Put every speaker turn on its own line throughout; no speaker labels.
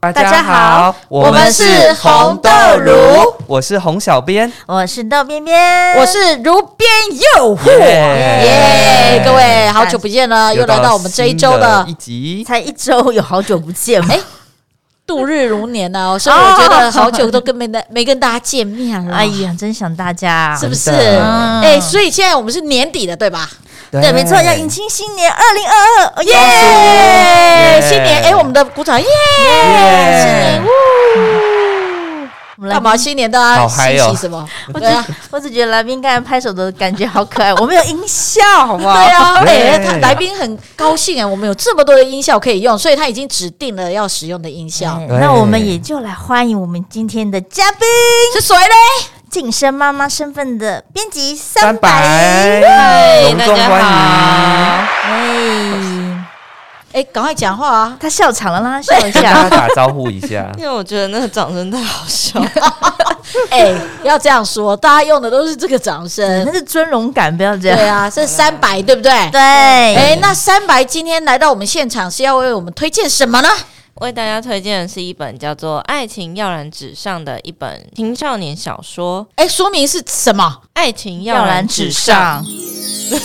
大
家好
我
们是红豆乳，
我是洪小编，
我是豆边边，
我是如边诱惑，
耶
耶！各位好久不见
哎
了，又来到我们这一周
的
的
一集。
才一周，有好久不见嘛
哎。度日如年呐、所以我觉得好久都跟没来没跟大家见面了。
哎呀，真想大家，
是不是？
真的
嗯
哎、所以现在我们是年底了，对吧？
对，没错，要迎亲新年二零二二，耶！
耶！
耶
新年，哎、我们的鼓掌，耶！
耶
新年，
我们来
干嘛？新年都要
好嗨哦
欣喜什么？
我只
对啊，
我只觉得来宾刚才拍手的感觉好可爱，我们有音效，好不好？
对啊，
耶
哎、他来宾很高兴啊，我们有这么多的音效可以用，所以他已经指定了要使用的音效
哎
对
那我们也就来欢迎我们今天的嘉宾，
是谁嘞？
晋升妈妈身份的编辑
三
三百。
哎，
百，隆重欢迎。
哎，
哎、赶快讲话啊！
他笑场了，让他笑一
跟大家
下。
打招呼一下
因为我觉得那个掌声太好笑，
哎、不要这样说，大家用的都是这个掌
那
声。
是尊荣感，不要这
对
样。
啊，这三白对不对？
对，
哎、那三白今天来到我们现场是要为我们推荐什么呢？
为大家推荐的是一本叫做《爱情要染指上》的一本青少年小说，《
哎、说明是什么？
爱情要
耀然
染
纸
指上
上，》。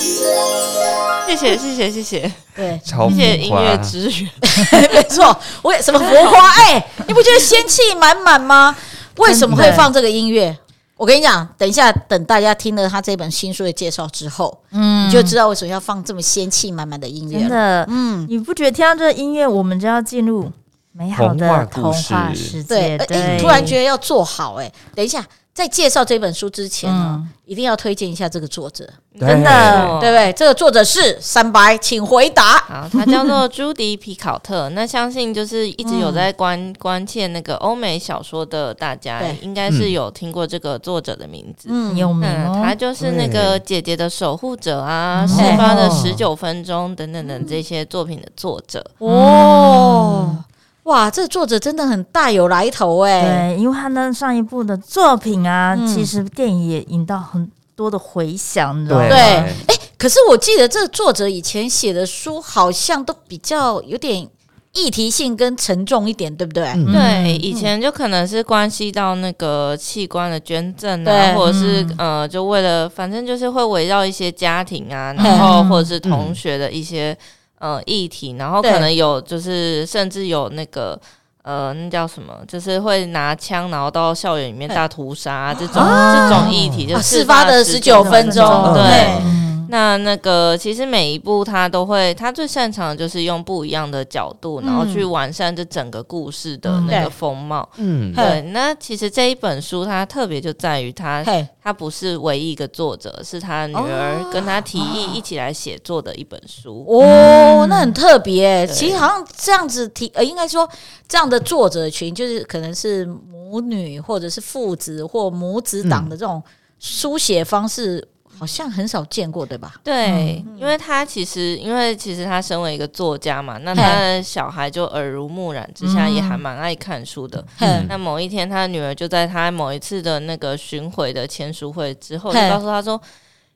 谢谢，谢谢，谢谢，
对，
超
谢谢
浮
音
夸
乐支援。
没错，我也什么佛 花？哎、你不觉得仙气满满吗？为什么会放这个音乐？我跟你讲，等一下，等大家听了他这本新书的介绍之后，
嗯
你就知道为什么要放这么仙气满满的音乐
真
了。
的，
嗯，
你不觉得听到这个音乐，我们就要进入美好的
童话故
童
事
话世
对，
界？
哎、突然觉得要做好、哎，等一下，在介绍这本书之前呢，一定要推荐一下这个作者，
真
嗯
的
对不对？这个作者是三白，请回答。
哦好，它叫做朱迪皮考特。 那相信就是一直有在关、关切那个欧美小说的大家
对，
应该是有听过这个作者的名字。
很
嗯，哦
有名
嗯，他
哦。
就是那个姐姐的守护者啊，事发的十九分钟等等的
嗯
这些作品的作者。
哦，哇，这作者真的很大有来头哎、
对，因为他呢上一部的作品啊，
嗯
其实电影也引到很多的回响，你知道吗？
对，哎、可是我记得这个作者以前写的书好像都比较有点议题性跟沉重一点，对不对？
嗯
对，哎以前就可能是关系到那个器官的捐赠啊，
对
或者是、
嗯
呃，就为了反正就是会围绕一些家庭啊，
嗯
然后或者是同学的一些、呃议题，然后可能有就是甚至有那个。呃，那叫什么？就是会拿枪，然后到校园里面
对
大屠杀、啊这种、这种议题，就
啊
事
事发的19
19
分钟
钟对。
对
嗯
那那个，其实每一部他都会，他最擅长的就是用不一样的角度，然后去完善这整个故事的那
嗯
个风貌。
嗯
对
对，那其实这一本书它特别就在于它，
嘿，
它不是唯一一个作者，是他女儿跟他提议一起来写作的一本书。
哦，那很特别、哎
对
其实好像这样子提，呃，应该说这样的作者群，就是可能是母女或者是父子或母子党的这种书写方式，好像很少见过，对吧？
对，
嗯
因为他其实，因为其实他身为一个作家嘛，那他的小孩就耳濡目染之下，
嗯
也还蛮爱看书的。
嗯
嗯
那某一天，他的女儿就在他某一次的那个巡回的签书会之后，就
嘿
告诉他说：“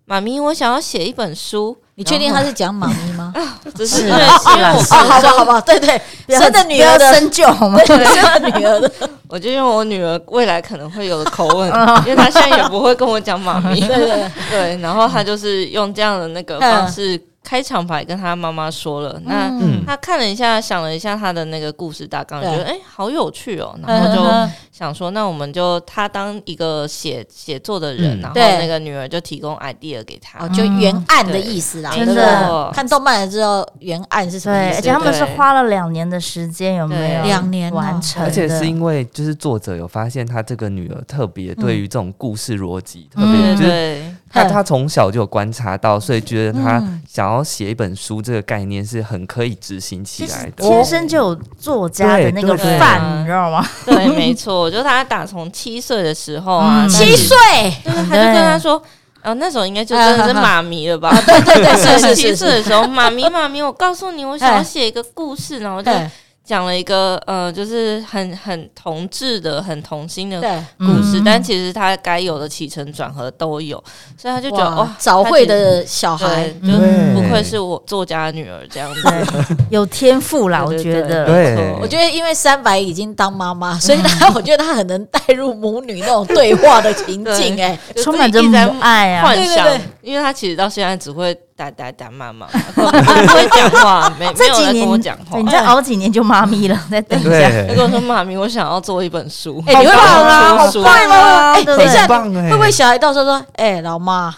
妈咪，我想要写一 本书。”
你确定
然
他
后？
是讲妈咪 吗？
只是
是
因为
啊
因为
是啊
我
是
哦，好吧，好吧，对对，
不要
生的女儿
不要
的
深究好吗？
对，生的女儿的，
我就用我女儿未来可能会有的口 吻，因为她现在也不会跟我讲妈咪，
哦对对。
对，然后她就是用这样的那个方式开场白跟她妈妈说了。那
嗯
她看了一下，想了一下她的那个故事大纲，
对嗯
觉得哎、好有趣哦，然后就想说，那我们就她当一个写写作的人，
嗯
然后
对
那个女儿就提供 idea 给她
哦，。就原案的意思啦，对
嗯对
不对
真
的
看动漫也知道原案是什么
对，
意
而
思。
且他们是
对
花了两年的时间，有没有？
对
两年哦
完成的，
而且是因为就是作者有发现他这个女儿特别对于这种故事逻辑、特别
对
就是
对
他
嗯
他从小就有观察到，所以觉得他
嗯
想要写一本书这个概念是很可以执行起
就是
来的。
天生就有作家的那个
对对
对
范，你知道吗？
对，没错，就是他打从七岁的时候啊，
嗯
他
七嗯岁，
就是他就跟他说。呃，那时候应该就真
嗯
的是妈咪了吧？
哦对对对，是是
七
是
岁
是，
的时候，妈咪妈咪，我告诉你，我想要写一个故事，然后就
对
讲了一个呃，就是很很同志的、很童心的
对，
故事，
嗯
但其实他该有的起承转合都有，所以他就觉得哇，
早慧的小
他其
孩
实，对，就
嗯
不愧是我作家的女儿这样子。
有天赋啦，我
对对
觉
对
得。
对
没错
我觉得因为三白已经当妈妈， 所以她我觉得她很能带入母女那种对话的情境，哎，
就
充满着
自己一直在
母爱啊！
幻想，
对对对
因为他其实到现在只会打打打骂 骂，不会讲话，没没
这
有
几
人
年
跟我讲话
对。你
哦
再熬几年就妈咪了，再等一下。
他
对
跟，我说：“妈咪，我想要做一本书。
哎你会
棒
把
啊，
我
好
出书
棒啊！
哎
对不
等一下
对？
很棒哎，
会不会小孩到时候说：“哎、老 妈，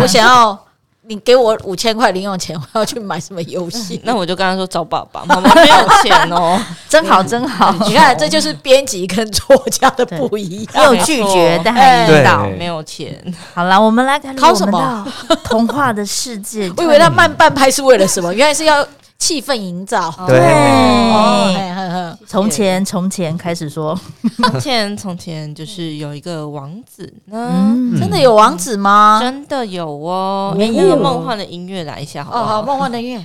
我想要你给我五千块零用钱，我要去买什么游戏
那我就跟他说：“找爸爸，妈妈没有钱 哦。
真好，真好，？”
你看，这就是编辑跟作家的不一
没
样。
有拒绝
没错，
但还引导。
对
没有钱，
好啦，我们来考
考什么？
童话的世界。
我以为他慢半拍是为了什么，原来是要气氛营造。
对
哦，
对，
嘿嘿嘿
从前从前开始说，
从前从前就是有一个王子呢，
嗯，
真的有王子吗？
真的有哦。哎，
哦
那个梦幻的音乐来一下好不
嗯哦，好，
好？
梦幻的月，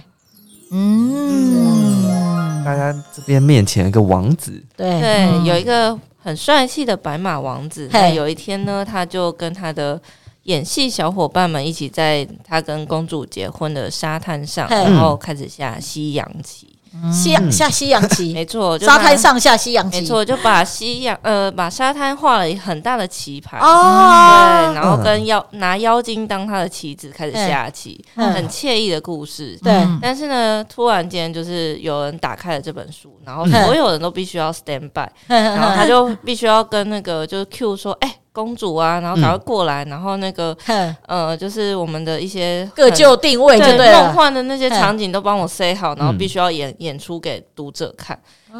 嗯，
大家这边面前有一个王子，
对，
对，
嗯
有一个很帅气的白马王子。
嘿
那有一天呢，他就跟他的演戏小伙伴们一起在他跟公主结婚的沙滩上，
嘿
然后开始下西洋棋。
西洋
嗯
下西洋棋，
没错，就
沙
把
滩上下西洋棋，
没错，就把西洋呃把沙滩画了一很大的棋盘。对，
哦，
然后跟妖拿妖精当他的棋子开始下棋，
嗯
很惬意的故事。
对
嗯
但是呢，突然间就是有人打开了这本书，然后
嗯
所有人都必须要 stand by，、然 嗯后他
就
就必须要跟那个就是 Q 说，哎、公主啊，然后赶快过来，然后那个呃，就是我们的一些
各
很
就定位就对
梦
了。
幻的那些
嘿
场景都帮我塞好，然后
嗯
必须要演、演出给读者看。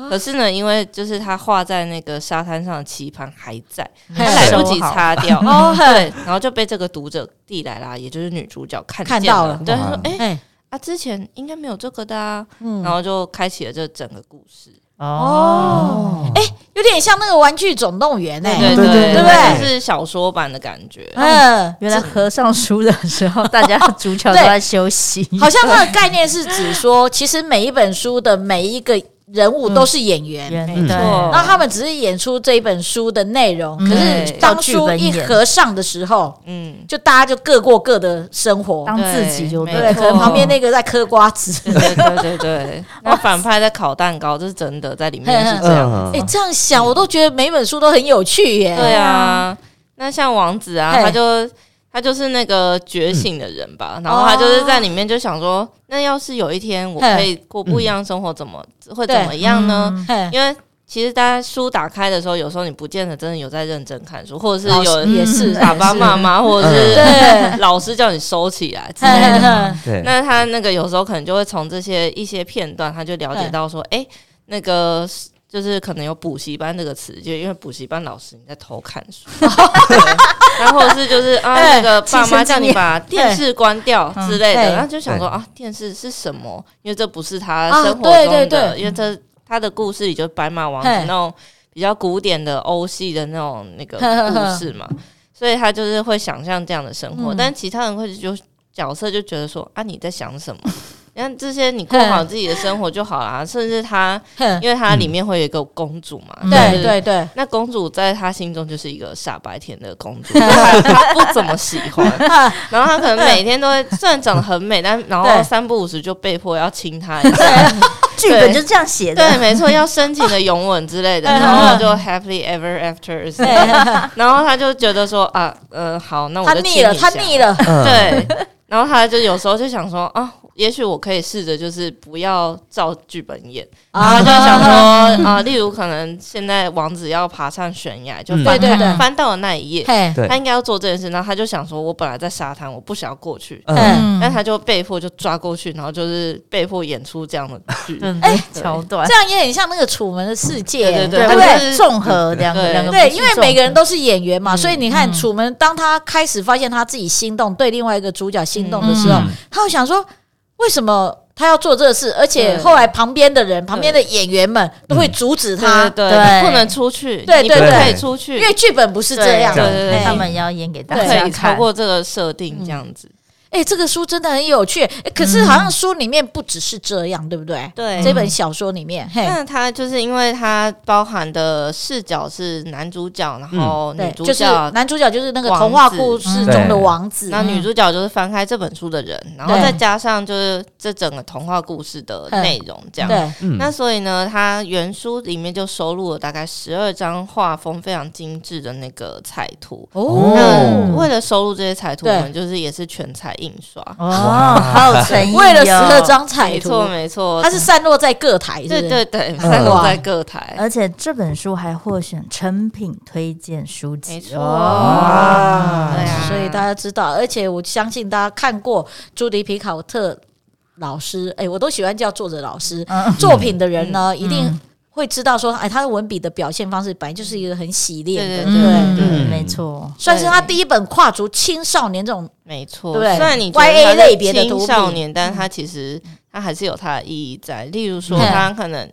可是呢，因为就是他画在那个沙滩上的棋盘还在，
嘿
他来不及擦掉，
哦，嘿，
然后就被这个读者蒂莱拉，也就是女主角看
看
见
到
了
了。
对，他说
哇：“
哎、
哎，
啊，之前应该没有这个的啊。”
嗯
然后就开启了这整个故事。
哦，
嗯
有点像那个《玩具总动员》哎、
对
对对
对
对
它就是小说版的感觉。
嗯，
原来合上书的时候，大家主角都
对
在休息。
好像它的概念是指说，其实每一本书的每一个人物都是演员，
原
没
对
错
那他们只是演出这一本书的内容。
嗯
可是当书一合上的时候，
嗯，
就大家就各过各的生活，
当自己就
对
对，
没
可
错
能旁边那个在嗑瓜子。
对对对对 对，那反派在烤蛋糕，这是真的，在里面是这样。
嗯
哎、，这样想我都觉得每本书都很有趣耶。
对啊，那像王子啊，
嘿哦
他就他就是那个觉醒的人吧，然后他就是在里面就想说，那要是有一天我可以过不一样的生活，怎么
嗯
会怎么样呢？
嘿，
因为其实大家书打开的时候，有时候你不见得真的有在认真看书，或者
老
是
师
有人
也是
爸爸妈妈，或者
嗯
是
对
老师叫你收起来之
嘿
类
嘿
的。
嘿，
对，
那他那个有时候可能就会从这些一些片段，他就了解到说，哎、那个是就是可能有补习班这个词，就因为补习班老师你在偷看书， 对然后或者是就是啊，
哎
那个爸
亲
妈
身
叫
经
你
验
把电视关掉
嗯
之类
对
的，然后就想说
对
啊，电视是什么？因为这不是他
啊
生活
对
中
对
的，
对
因为这他的故事里就白马王子
嘿
那种比较古典的欧系的那种那 个
呵呵呵
故事嘛。所以他就是会想象这样的生活，
嗯
但其他人会就角色就觉得说啊你在想 什么？你看这些你过好自己的生活就好啦。甚至他，
嘿
因为他里面会有一个公主嘛，
嗯
就是
对对对，
那公主在他心中就是一个傻白甜的公 主，她她不怎么喜欢。
啊
然后她可能每天都会，虽然长得很美，但然后
对
三不五时就被迫要亲她一下。
剧本就是这样写
对，
的。
没错，要深情的拥吻之 类的，
嗯
然后就 happily ever after 之类的。然后她就觉得说嗯啊，呃，好，那我
哎他
就
腻了，他腻
了。
了，
嗯，
对，然后她就有时候就想说啊，也许我可以试着就是不要照剧本演，然
啊
后就想说啊，例如可能现在王子要爬上悬崖，就
嗯
翻
对对对
翻到了那一页，
嘿，
对
他应该要做这件事，然后他就想说，我本来在沙滩，我不想要过去。
嗯，
但他就被迫就抓过去，然后就是被迫演出这样的剧，
嗯
真的桥段
这，样也很像那个《楚门的世界》
对对
对
他
不
就
对？
是
综合两个
对
两个不是
对，
综合，
因为每个人都是演员嘛，
嗯
所以你看楚门，当他开始发现他自己心动，对另外一个主角心动的时候，
嗯
他会想说，为什么他要做这个事？而且后来旁边的人、旁边的演员们都会阻止他
对，对
对
对，不能出去，
对
你不
对
可以
对
出去，
因为剧本不是这样
对
的。
对
对
对，
他们要演给大
不可
家
以超
看。
过这个设定这样子。
哎，这个书真的很有趣，哎可是好像书里面不只是这样，对不对？
对嗯
这本小说里面，嘿，
那它就是因为它包含的视角是男主角，然后女
对，
主
就是
角，
男主角就是那个
王
童话
子
故事
嗯
中的
对
王子，嗯
那女主角就是翻开这本书的人，然后
对嗯
再加上就是这整个童话故事的内容这样。
对，
嗯
那所以呢，它原书里面就收录了大概十二张画风非常精致的那个彩图。
哦
嗯哦
那为了收录这些彩图，
嗯对
我们就是也是全彩印刷。
哦，
哇
好有诚意哦！
为了十二张彩
没
图，嗯
错，没错，
它是散落在各台，是不
对
是
对对，散落
哇
在各台。
而且这本书还获选成品推荐书籍，哦
没错
哇
对啊
所以大家知道，而且我相信大家看过朱迪皮考特老师，哎、我都喜欢叫作者老师。
嗯
作品的人呢，一定
嗯
会知道说，哎，他的文笔的表现方式本来就是一个很洗练的，
对
对不
嗯，
对。
对
没错，
算是他第一本跨足青少年这种，
没错，
对不对
虽然你
YA
觉得它是
类别的毒
青
品
少年，但它其实它还是有它的意义在。例如说，
嗯
他可能。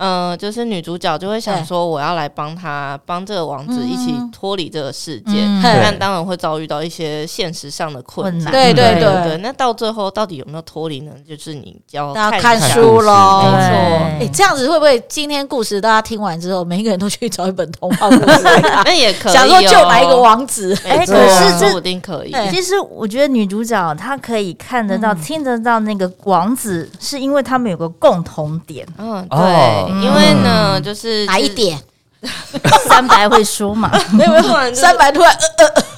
嗯、就是女主角就会想说，我要来帮他帮这个王子一起
嗯
脱离这个世界，
嗯
但当然会遭遇到一些现实上的困
困
难。
对
难
对
对
对，
对，那到最后到底有没有脱离呢？就是你要
大家
看
看
一下
书喽。
没错
哎、这样子会不会今天故事大家听完之后，每一个人都去找一本童话故 事来看，
那也可以、哦。
想说就来一个，王子？
哎、
哎
可
可
是
是
这
说不定可以。
哎
其实我觉得女主角她可以看得
嗯
到、听得到那个王子，是因为他们有个共同点，
嗯，对，
哦
因为呢，就是
哪一？点？
三白会说嘛，
没有，突然
三百突然，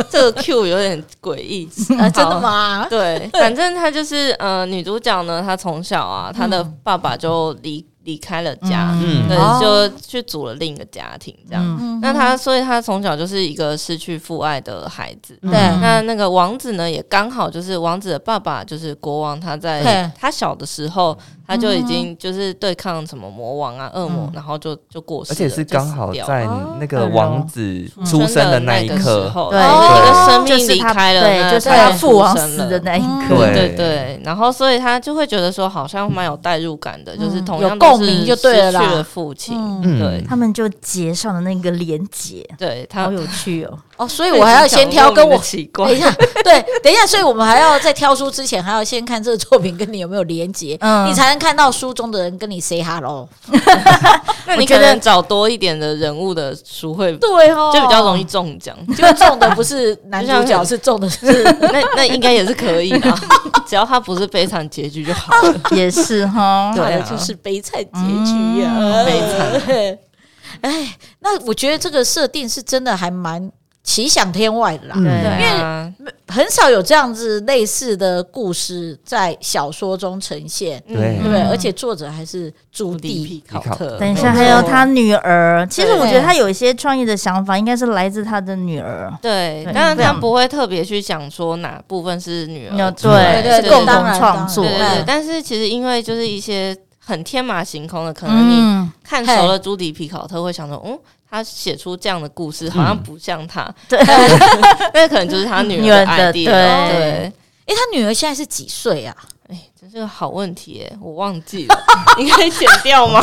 这个 Q 有点诡异。
呃，真的吗？
对，反正她就是呃，女主角呢，她从小啊，她的爸爸就离离开了家，
嗯
对，
哦
就去组了另一个家庭这样。
嗯，
那她，所以她从小就是一个失去父爱的孩子。
对
嗯
那那个王子呢，也刚好就是王子的爸爸，就是国王，他在
嘿
他小的时候，他就已经就是对抗什么魔王啊、恶魔，然后就就过
而
世了，
且是刚好
就死掉了嗯
在那个王子嗯出
出
生的
的
那一
个时
刻，
候，
对
一
哦
个生
就
命
是
离
他
开了，
对，
那
就是
他
他
就
父王
出生
死的
了
那一
嗯
刻，
对
对对，然后所以他就会觉得说好像蛮有代入感的，就是同样
有
都
共
是
鸣就对了
失
啦
去了父亲，
嗯
对
他们就结上了那个连结，
对他
好有趣 哦。
哦，所以我还要先挑跟
莫名
我
的奇怪
等一，下，对，等一下，所以我们还要在挑书之前，还要先看这个作品跟你有没有连结，
嗯
你才能看到书中的人跟你 say hello。
那
我
你
觉
可
得
能找多一点的人物的书会就
对哦
比较容易，中奖，
就中的不是男 主角，是中的是
那那应该也是可以的， 只要他不是悲惨结局就好了。
也是哈，
对啊嗯
就是悲惨结局呀、
悲
惨。 哎，那我觉得这个设定是真的还蛮奇想天外的啦。
嗯
对
对啊，
很少有这样子类似的故事在小说中呈现，
嗯
对
对不对？而且作者还是朱
迪
棣，
皮考特，
等一
没
下
错
还有他女儿，其实
对
我觉得他有一些创意的想法，应该是来自他的女儿。
对，
对
当然
这
他
样
不会特别去讲说哪部分是女儿，
有
对
对
哦对，
对
是共
当
同
然
创作
对对对
嗯。
但是其实因为就是一些很天马行空的，可能
嗯
你
嗯
看熟了朱迪皮考特会想说，嗯，他写出这样的故事好像不像他，
嗯
对，
那可能就是他女儿的
女儿的
idea，
对
对。
诶，他女儿现在是几岁啊？
哎，这是个好问题耶，我忘记了， 你可以剪掉吗？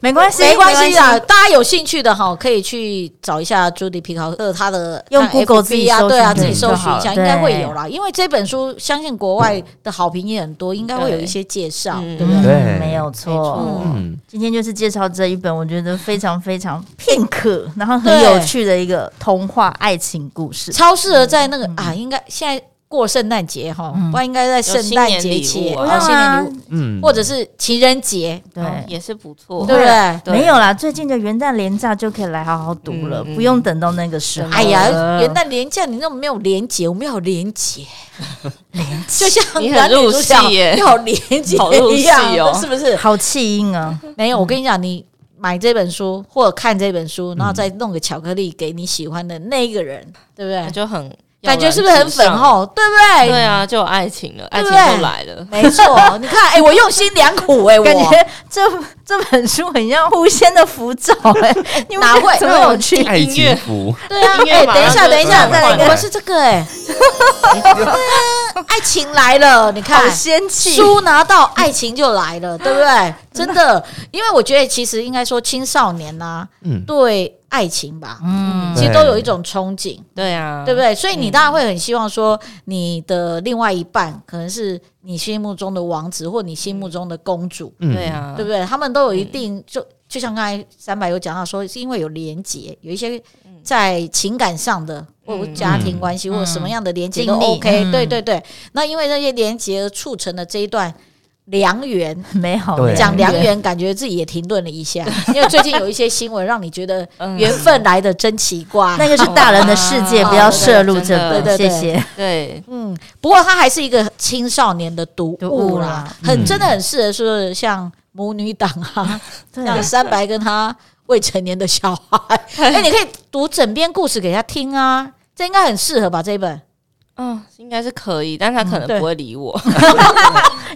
没关系，
没关系
啊
啦，大家有兴趣的哈，可以去找一下朱迪皮考呃特他的
用
看 FB
Google 自己
啊，
搜寻
对啊，
就
自己搜
好
寻一下，
了
应该会
对
有啦。因为这本书相信国外的好评也很多，应该会有一些介绍，
嗯
对不
嗯
对？
对
没有
没
错
错。
嗯，
今天就是介绍这一本，我觉得非常非常片刻，然后很
对
有趣的一个童话爱情故事。
超适合在那个啊，应该现在过圣诞节哈
嗯，
不然应该在圣诞节
有新年礼
前，
物
哦
啊
新年礼物，
嗯，
或者是情人节，
对。
嗯也是不错。
嗯对不对？
对
没有啦，最近的元旦连假就可以来好好读了，
嗯嗯
不用等到那个时候了。
哎呀，
嗯
元旦连假你那么没有连结，我们要有连结，连就像
你
男
很
女
入
主
戏
角
耶
要有连结
好入
一样
戏哦
是不是？
好气音啊！
没有，我跟你讲，你买这本书或者看这本书，然后再弄个巧克力给你喜欢的那一个人，对不
那
对？
就很
感觉是不是很粉
厚？
红？对不对？
对啊，就有爱情了，爱
对
情
不
就
对
来了。
没错，你看，哎、我用心良苦、哎，我
感觉这这本书很像狐仙的符咒哎、你们
哪会
怎么有趣？
爱情符，
对啊，
音乐
哎、
马
等一
上
下，
就
等一下，
转换
我
了
们是这个、哎， 爱情来了，你
好
看。
仙气！
书拿到，爱情就来了，对不对？真的，因为我觉得其实应该说青少年呐、
嗯，
对爱情吧，
嗯，
其实都有一种憧憬。
对啊，
对不对？所以你当然会很希望说，你的另外一半可能是你心目中的王子，或你心目中的公主，
嗯
对，啊，
对不对？他们都有
嗯
一定就就像刚才三百有讲到说，是因为有连结，有一些在情感上的或
嗯
家庭关系、
嗯
或什么样的连结
经
都
历
OK、
嗯
对对对，那因为这些连结而促成了这一段良缘。
美好
对
讲良
良缘，
缘，感觉自己也停顿了一下，因为最近有一些新闻让你觉得
嗯
缘分来的真奇怪。
那个是大人的世界，不要摄入这
哦
本，
对对
谢
对
谢。
对，
嗯，不过它还是一个青少年的读
读
物
物
啦
啦，
很
嗯
真的很适合是像母女党 啊，
对
像三白跟他未成年的小 孩，哎、你可以读整篇故事给他听啊，这应该很适合吧？这一本
嗯，应该是可以，但他可
嗯对
能不会理我，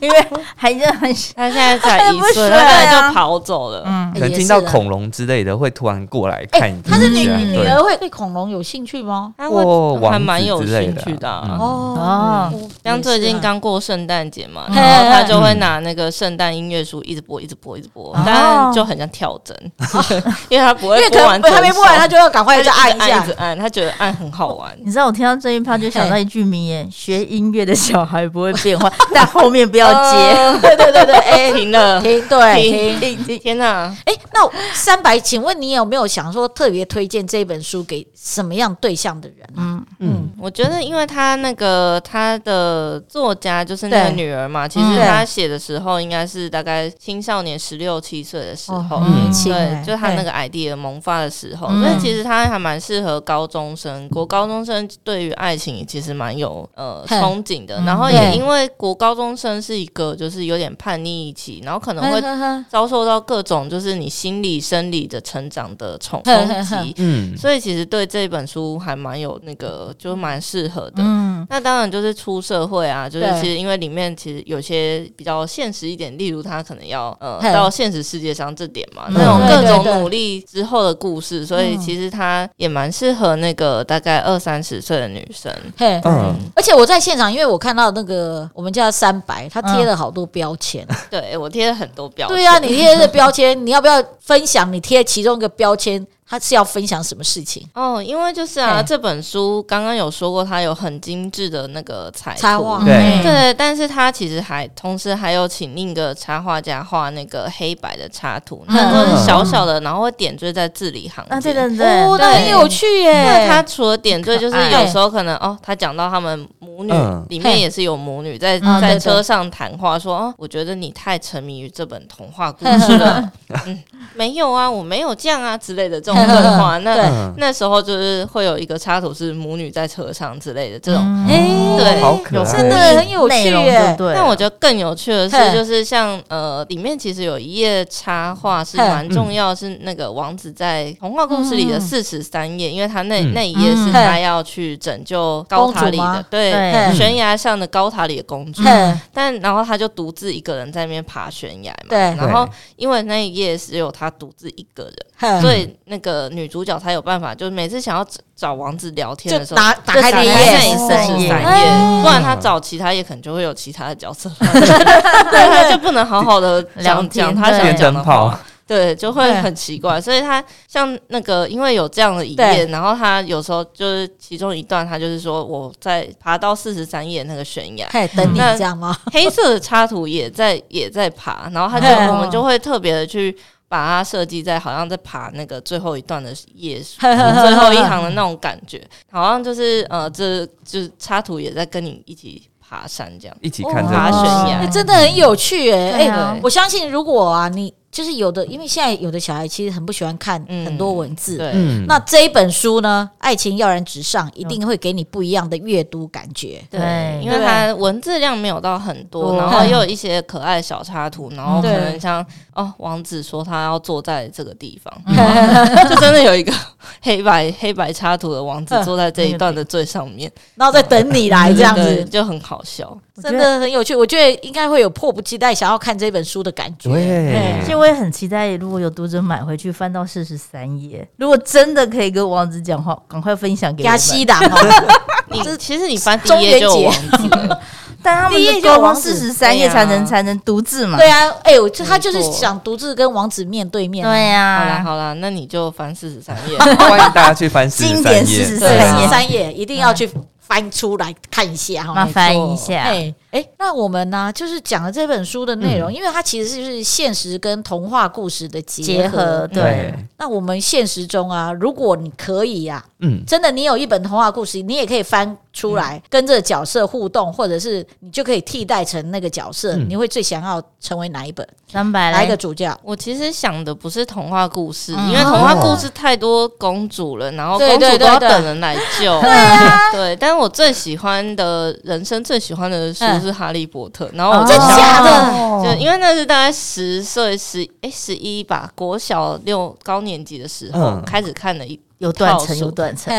因为还是很
他现在才一
不是
岁，他可能
啊
就跑走了。
嗯
可能
也
听
是
到
啦
恐龙之类的，会突然过来
哎、
看一下。
他是女
对
女儿会对恐龙有兴趣吗？
他
哦
会
王
还蛮
子
有
之类
兴
的
趣的啊，
嗯
哦
哦，
嗯
像最近。
也是啊
刚过圣诞节嘛，
嗯
然后他就会拿那个圣诞音乐书一直播，一直播，一直播
哦，
但就很像跳针， 因为他不
因
会
为可
播完
能
整首，
还没播完，他就要赶
他
快
就
再
一
按一
直按，
下
一直。按，他觉得按很好玩。
你知道我听到这一趴就想到一句名言：学音乐的小孩不会变坏，但后面不要接。
呃， 对对对对，哎，停了，
停，对，停。
停停停！天哪，
哎，那三白，请问你有没有想说特别推荐这本书给什么样对象的人啊？
嗯，
嗯，
我觉得，因为他那个他的作家就是那个
对
女儿嘛，其实
对
他写的时候应该是大概青少年十六七岁的时候，
哦
很年
轻
对
哎，
就他那个 idea 萌发的时候，
嗯
所以其实他还蛮适合高中生。国高中生对于爱情其实蛮有呃
嘿
憧憬的，
嗯
然后
对
也因为国高中生是一个就是有点叛逆期，然后可能会
嗯
遭受到各种就是你心理生理的成长的冲
嘿嘿嘿
冲击，
嗯，
所以其实对这本书还蛮有那个，就蛮适合的。
嗯，
那当然就是出社会啊，就是
对
其实因为里面其实有些比较现实一点，例如他可能要呃
嘿
到现实世界上这点嘛，
嗯
那种
对
各
对
种
对
努力之后的故事，所以
嗯
其实他也蛮适合那个大概二三十岁的女 生。
嘿，
嗯，
而且我在现场，因为我看到那个我们家的三白，他
嗯
贴了好多标签。
对我贴了很多标签，
对呀、你贴的标签，你要不要分享？你贴其中一个标签，他是要分享什么事情？
哦，因为就是啊，
嘿
这本书刚刚有说过，它有很精致的那个彩
插
图
画
对
嗯
对，但是他其实还同时还有请另一个插画家画那个黑白的插图，
嗯
那都是小小的，然后会点缀在字里行间。
啊，对对
哦
对，，
那很有趣耶、哎
那他除了点缀，就是
很可
爱
有时候可能哦，他讲到他们母女
嗯
里
嘿
面也是有母女在
啊
在
对对
车上谈话，说哦，我觉得你太沉迷于这本童话故事了。嗯，没有啊，我没有这样啊之类的这种对话。
对
那
嗯
那时候就是会有一个插图是母女在车上之类的这种
嗯
哎、
对
好可爱，
真的很有趣
内容
耶
就对了。
但我觉得更有趣的
啊嘿
是，就是像呃，里面其实有一页插画是
嘿
蛮重要，是那个王子在童话故事里的四十三页，因为他那
嗯
那一页是
嗯
他要去拯救高塔里
公主
的
吗，
对，
嗯
对，
悬崖上的高塔里的公主。
嘿，
但然后他就独自一个人在那边爬悬崖嘛，
对
嗯
然后因为那一页只有他独自一个人，
嘿，
所以那个女主角才有办法，就是每次想要找王子聊天的时
就
候，
打打开
就打
那一
开
页
那一页
四
三
十
页
三
哎
页，不然他找其他页可能就会有其他的角色，对，他就不能好好的
聊
讲
天
讲他
变
想讲
灯
的
泡
话，，对，就会很奇怪。所以他像那个，因为有这样的一
对
页，然后他有时候就是其中一段，他就是说我在爬到四十三页那个悬崖，
嘿，等你
那
这样吗？
黑色的插图也在也在爬，然后他就
嗯
我们就会特别的去把它设计在好像在爬那个最后一段的页数，
哎
嗯 最后一行的那种感觉，好像就是呃，这就是插图也在跟你一起爬山这样。
一起看这
爬
个
悬
事
崖
那哎真的很有趣哎、
哦对
哎、
啊
我相信如果啊，你就是有的，因为现在有的小孩其实很不喜欢看
嗯
很多文字。
对，
嗯，
那这一本书呢，《爱情要然直上》一定会给你不一样的阅读感觉。
对
因为它文字量没有到很多，
多
然后又有一些可爱的小插图，然后可
对
能像哦，王子说他要坐在这个地方，
嗯然
就真的有一个黑白黑白插图的王子坐在这一段的最上面，
后再等你来这样
对
子，
就很好笑。
对
真的很有趣。我觉得应该会有迫不及待想要看这本书的感觉。哎
对
所以，我也很期待，如果有读者买回去翻到四十三页，如果真的可以跟王子讲话，赶快分享给我
亚
们。
西党哦，
你
这
其实你翻第一页就有 王子了，
但他们
第一页
是
就有
沟
王
通
子
四十三页才能、
对啊
才能独自 嘛？
对啊，哎、我就他就是
没错
想独自跟王子面对面啊、
对
好啦
呀、
好啦，那你就翻四十三页。
欢迎大家去翻四十
经
三
典
页，
43
对，
啊
十三页一定要去翻出来看一下哈。
麻烦一
哦
下。
哎哎，那我们呢，就是讲了这本书的内容，因为它其实就是现实跟童话故事的结
结合对
对，
那我们现实中啊，如果你可以呀、
嗯，
真的你有一本童话故事，你也可以翻出来，跟这个角色互动，或者是你就可以替代成那个角色，
嗯
你会最想要成为哪一本？
三百
哪
来
一个主角？
我其实想的不是童话故事，
嗯
因为童话故事太多公主了，然后
对
公主
对
都要
对对
等人来救。对啊，对。但我最喜欢的人生最喜欢的书是《哈利波特》，然后
哦
我
真
想
假的
就因为那是大概十岁、十哎十一吧，国小六高年级的时候、
嗯
开始看的一，
有断
套
层，
数
有断层。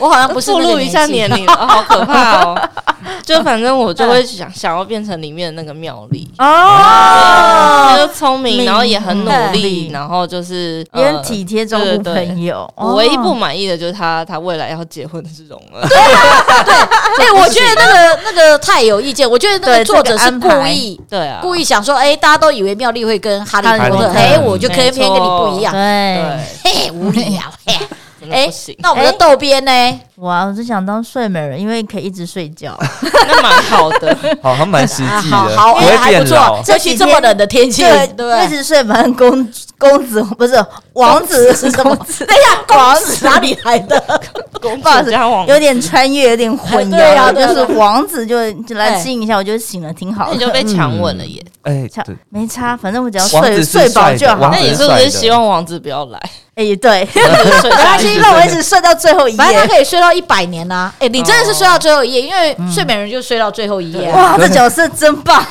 我好像不是
暴
那个
露一下
纪
年龄了、哦好可怕哦！就反正我就会想想要变成里面的那个妙丽。
哦，
就是聪明，
明
然后也很努
嗯
力，
对
然后就是
也
呃
很体贴照
对
顾
对对
朋友。
我唯一不
哦
满意的就是他，他未来要结婚的是容儿，
哎、我觉得那个那个太有意见，我觉得那个
对
作
这
者
个
是
安
故
排
意
对啊，
故意想说，哎、大家都以为妙丽会跟哈利
哈利
波
波
特，
特
哎、我就可以
没
偏跟你不一样，
对，
对，
嘿，无聊，嘿，
真的
哎、
不行，
那我们的豆边呢？
哇，我就想当睡美人，因为可以一直睡 觉。
那蛮好的，
好像蛮实
啊
际
好
的，
好，
不
哎
会
还不
变
错
老，。
尤其这么冷的天气，对不
一
对？
直睡，反正公公子不是王子，是公子，
等一下，公子哪里来 的？
公
好意
主
思
加网
有点穿越，有点混
对啊
淆，
对啊
就
对啊
是王子就就来
对
吸引一下，我就醒了，挺好
那你
的。
就被强吻了耶。
哎，
差
对，
没差，反正我只要
王
睡
子是
睡饱
帅的
就好
王
那
子。
你是不是希望王子不要来？
哎，对，
睡下
是
去
因为我一直睡到最后一
反正他
页。
可以睡到一百年呐。哎，你真的是睡到最后一页，因为睡美人就睡到最后一页啊。
哇，这角色真棒！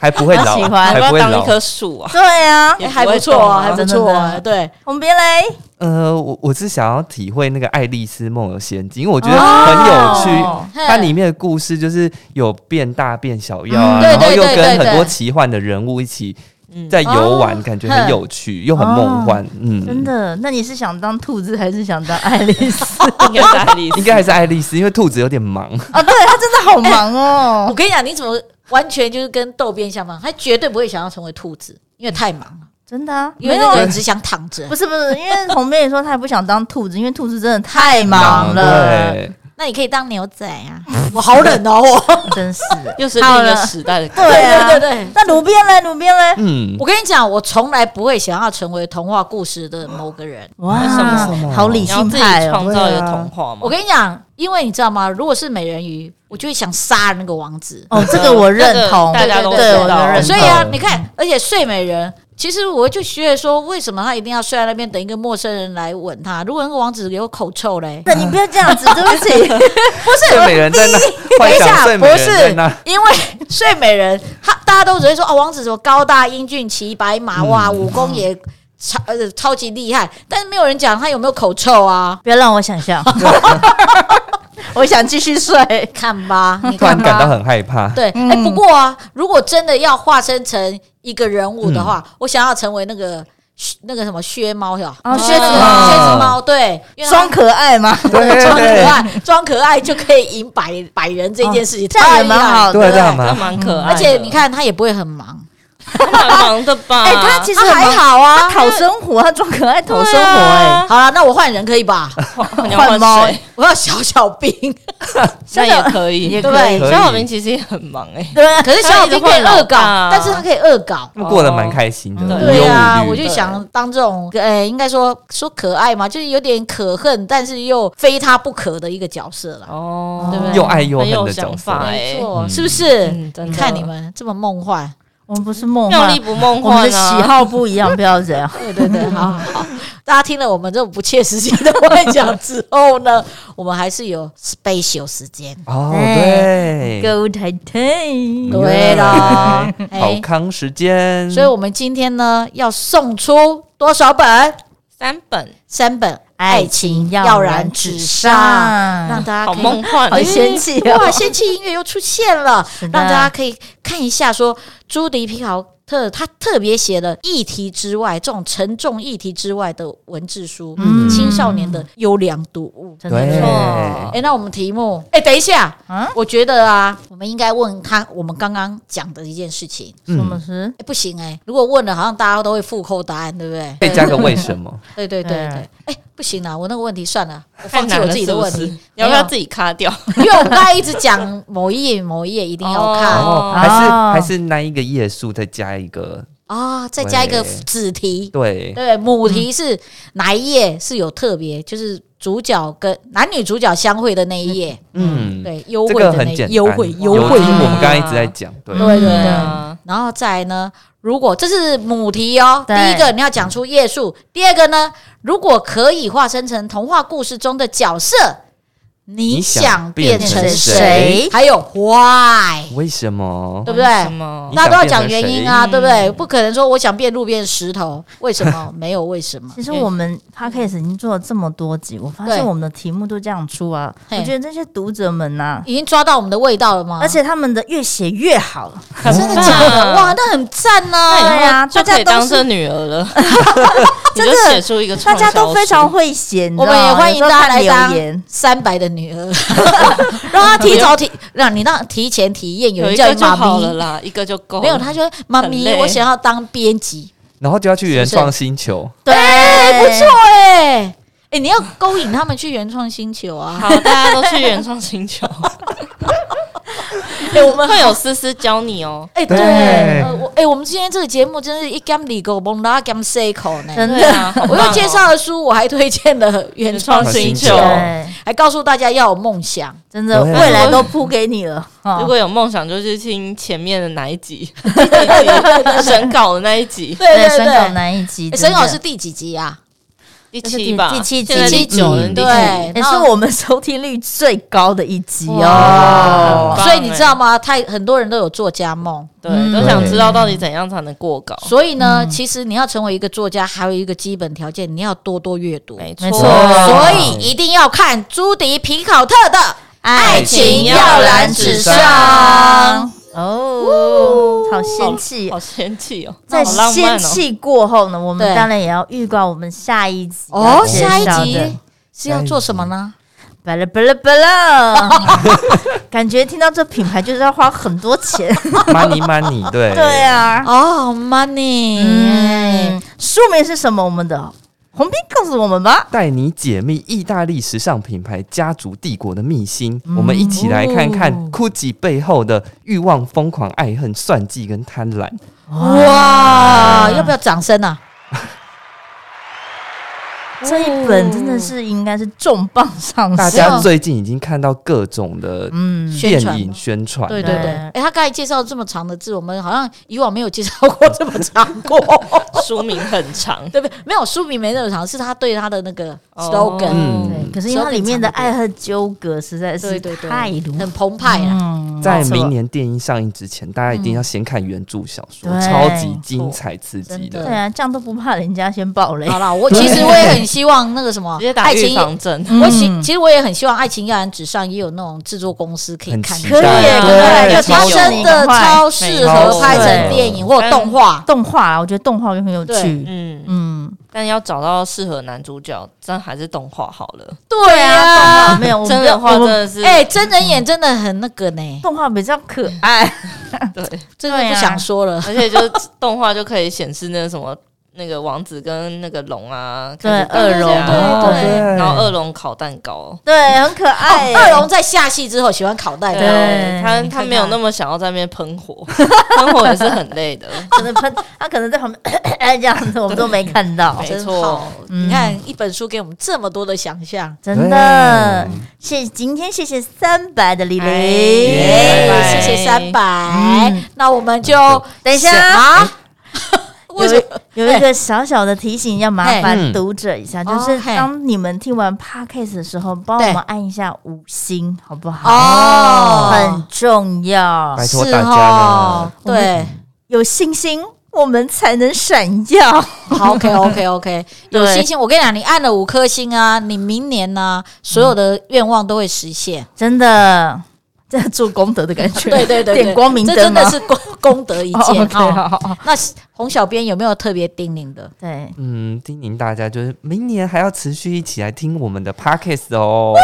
还不会老
喜，欢
还
要
不
不
会
要当一
老。
棵树啊？
对啊，
哎还不错啊，还不
也
不会懂啊
错啊，
真
对，
我们别来，
呃，我我是想要体会那个《爱丽丝梦游仙境》，因为我觉得很有趣。
哦
它里面的故事就是有变大变小妖
嗯
啊，
对
然后
对
又
对
跟
对
很多
对
奇幻的人物一起
嗯
在游玩，
哦
感觉很有趣又很梦幻。嗯，
真的，那你是想当兔子还是想当爱丽丝？
应该是爱丽丝
应该还是爱丽丝，因为兔子有点忙。
啊，对他真的好忙
我
哦。
跟你讲，你怎么完全就是跟豆边相反？他绝对不会想要成为兔子，因为太忙了，
真的啊，
因为
没
那
有
个人只想躺着
不。是不是，因为红妹也说她也不想当兔子，因为兔子真的太忙了，
对，
那你可以当牛仔啊！ 我好冷哦，我。
真是。
又是另一个时代的歌。
对啊，
对对 对
那鲁边嘞，鲁边嘞，
嗯，
我跟你讲，我从来不会想要成为童话故事的某个人。
哇
为什么
为什么
好理
你要
性
自己
派哦。
创造一个童话嘛
我？跟你讲，因为你知道吗？如果是美人鱼，我就会想杀那个王子。
哦，这个我认同，
这个大家都
对
知
我
道
就
哦真
认同。
的
所以啊，你看，而且睡美人，其实我就觉得说，为什么他一定要睡在那边等一个陌生人来吻他？如果那个王子有口臭嘞，
那你不要这样子，对不 起。
睡美人在那，
等 一
幻想
下，
睡
不
美人在
是
那，
因为睡美人，他大家都只会说哦，王子什么高大英俊、骑白马，哇，
嗯
武功也超呃超级厉害，但是没有人讲他有没有口臭啊？
不要让我想象， 我想继续睡。
看吧，你
突然
看
感到
吧。
很害怕。
对，哎、
嗯
不过啊，如果真的要化身成一个人物的话，
嗯
我想要成为那个薛那个什么薛猫呀，
哦
薛子
哦
猫，薛子猫，对，因为它
装可爱吗？
对对
装可
对，
爱，装可爱就可以赢百百人这件事情，
哦这样
太
也
厉
蛮
害了。
好
对这
的。
样
那
蛮
蛮可爱的，
而且你看，他也不会很忙，
嗯他蛮忙的吧？
哎、他其实很
还
忙
好啊
他。讨生活，他装可爱讨生活、
对啊
哎、
好了，那我换人可以 吧？
换你要
换猫
换谁？
我要小小兵，
那也可以，
也可
对不
以
对？
可以
小小兵其实也很忙哎、
对，啊
可是小小兵可以恶搞，
他一直换老
但
大
是他可以恶搞。
他们过得蛮开心的，
哦
无
对啊
忧
呀、
无
我
虑。
就想当这种，呃、应该说说可爱嘛，就是有点可恨，但是又非他不可的一个角色啦。
哦
对不对
又爱又
很
恨
有
的角
想
色，
法哎、
没错，
嗯
是不是？
嗯真
你
的
看你们这么梦幻，
我们不是梦
妙
幻
丽，不梦
我们的
幻
喜
啊！
好不一样，不要这样。
对对对，好 好好。大家听了我们这种不切实际的幻想之后呢， 我们还是有 special 时间。
哦，
哎
对，
Go 太太，
对啦，
好
哎，
康时间，
所以我们今天呢要送出多少本？
三本
三本《爱情要
要
染
燃
指
指
上
上》，
让大家
好
可以
梦幻、
好
欸，
仙气
哇，
哦！
仙气音乐又出现了，
是
让
的
大家可以看一下说朱迪皮考特他特别写了议题之外这种沉重议题之外的文字书，
嗯
青少年的优良读物。
真
对
的
错，
哎、那我们题目，哎、等一下，
啊
我觉得啊，我们应该问他我们刚刚讲的一件事情。
什么
嗯，
事？
哎，不行哎、如果问了，好像大家都会复扣答案，对不对？
可以加个为什 么？
对对对对
嗯
哎、不行啦，我那个问题算了， 我
太
放弃
难
我
了
自己的问题
是不是，你要不
没
要
有
自己卡掉？
因为我刚才一直讲某一页某一页一定要看啊、
哦，
哦
还是
哦
还是那一个页数再加一个，
哦再加一个
对
子题，
对，
对，母题是哪一页是有特别，就是主角跟男女主角相会的那一页，
嗯，
对，优
这
惠
个
的那
很
一
简单，嗯
优惠
有
优惠
听
啊
我们刚才一直在讲，对，
对对
对
对。
嗯
啊，
然后再来呢，如果这是母题哦，第
对
一个你要讲出页数，第二个呢，如果可以化身成童话故事中的角色，你
你
想
想
变
变
成
成
谁
谁？
还有 why，
为什么
对？不对？
什么
你？
那
想
都要
变成
讲原因
谁
啊，对不对？
嗯
不可能说我想变路边石头，为什么？没有为什么。
其实我们 podcast 已经做了这么多集，我发
对
现我们的题目都这样出啊。
嘿啊
我觉得这些读者们呐、
已经抓到我们的味道了吗？
而且他们的越写越好，
真的假
啊
的？哇，那很赞呢、
那以后
对啊
就
大家
可以
都
当
是
这女儿了。你就写出一个
大
畅销书，
家都非常会写，你知
我
道
们
吗
也欢迎
有时候
大家
看
来当
留言。
三白的女儿，让她提早体，让你让提前体验，有
有
人
一
叫
个
你
就
妈
好了
咪，
啦，一个就够了。
没有，她说妈
很
咪，
累
我想要当编辑，
然后就要去原
是不是
创星球，
对，
不错哎、哎、你要勾引他们去原创星球啊！
好，大家都去原创星球。
哎、我们
会有思思教你 哦，
哎、对，
对
呃我哎、我们今天这个节目真是一 gam 里狗蒙拉 gam say 口呢，
真的
对啊，好
我
棒哦
又介绍了书，我还推荐了原创星球，
原创星球
对，
还告诉大家要有梦想。
真的
对
未来都铺给你了。哈
如果有梦想，就去听前面的哪一集， 审稿的那一集，
对对
对，审稿
对，
难一集，
沈
真
稿
的
是第几集啊？
第七吧，
这是第第七集
现在第九了，
嗯
第七
对
也
然
哎是
后
我们收听率最高的一集
哇
哦
很。棒
所以你
欸哦
知道吗？太很多人都有作家梦，
嗯
对，都想知道到底怎样才能过稿。
所以呢，其实你要成为一个作家，还有一个基本条件，你要多多阅读。
没
没
错，
错
所以一定要看朱迪皮考特的《爱情要染指上》。
哦，好仙气
好！仙气哦，
在
好浪
仙
漫哦。
气过后呢，我
对
们当然也要预告我们下一集
哦，
要介
下一
绍的
集是要做什么呢？
巴拉巴拉巴拉， 感觉听到这品牌就是要花很多钱。
，money money，对，
对，啊，
哦，money，
嗯，书名是什么？我们的红兵告诉我们吧。
带你解密意大利时尚品牌家族帝国的秘辛，
嗯
我们一起来看
哦
看 GUCCI 背后的欲望、疯狂、爱恨、算计跟贪婪。
嗯哇，要不要掌声啊？
这一本真的是应该是重磅上市，
大家最近已经看到各种的
嗯，
啊宣
电
传
影宣传，
对对对，
对
哎、他刚才介绍这么长的字，我们好像以往没有介绍过这么长过，
书名很 长，
对不对？没有，书名没那么长，是他对他的那个
哦
slogan，、
嗯
对。可是因为它里面的爱恨纠葛实在
对
是
对对，
太多，
很澎湃啊！
嗯
在
没错
明年电影上映之前，大家一定要先看原著小说，
对
超级精彩刺激
真
的
的。
对啊，这样都不怕人家先爆雷
好。啦，我其实我也很希望那个什么
直接打
爱
预
情，
防针。
嗯
我其其实我也很希望《爱情要染指上》也有那种制作公司可以
很
看
期
看，
待对
耶可以
对，
要
就
有
它
超
真的超适合拍成电影或动画，
动画啊，我觉得动画也很有
对
趣。
嗯，
嗯，
但要找到适合男主角，真还是动画好了。
对
动画
啊，
没有，我们
真人化
我
真
们
的是，
哎，真人演真的很那个呢，
动画比较可 爱，
对，
真
啊
的不想说了。
而且就是动画就可以显示那个什么。那个王子跟那个龙啊，
对
开始打架
恶龙
哦
对
对
然后恶龙烤蛋糕，
对，很可爱。
二龙在下戏之后喜欢烤蛋糕，
对
他
你看
他
看
没有那么想要在那边喷火， 喷火也是很累的，
可能喷，他可能在旁边 哎这样子，我们都没看到。
没
真
错
好。
嗯
你看一本书给我们这么多的想象，
真的，谢今天谢谢三百的李
哎
玲，
耶！谢
拜
谢三百
嗯，
那我们就
等一下
啊， 为什么？
有一个小小的提醒，要麻
嘿
烦哎嗯读者一下，就是
哦嘿
当你们听完 podcast 的时候，帮我
对
们按一下五星，好不好？
哦
很重要，
拜托
是
大家
哦
了，
对
有信心，我们才能闪耀。
好，OK OK OK，有
对
星星，我跟你讲，你按了五颗星啊，你明年呢、所有的愿望都会实现。
真的，在做功德的感 觉，
嗯对对对对
点光明
这
灯啊
真的
吗
是功功德一
哦
件
OK，
哈、
好好好
那洪小编有没有特别叮咛的？
对，
嗯，叮咛大家就是明年还要持续一起来听我们的 podcast 哦。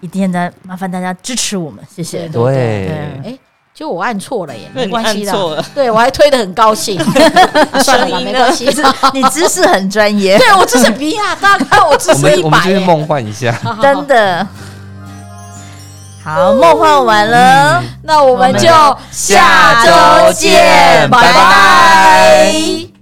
一定的麻烦大家支持我们，谢谢。
对
对，
哎，就我按错了耶，
对
没
你
关系
按错
啦
了，
对我还推的很高 兴，啊算了吧，
声音
没
呢
关系。
你知识很专 业，
对我知识比啊，大家看我知
我
识
们
一
我们
百
就
耶
是，梦幻一下，
好好好
真的。好，梦幻完了。
那我们就
下
下
周
周
见
见，
拜拜
拜拜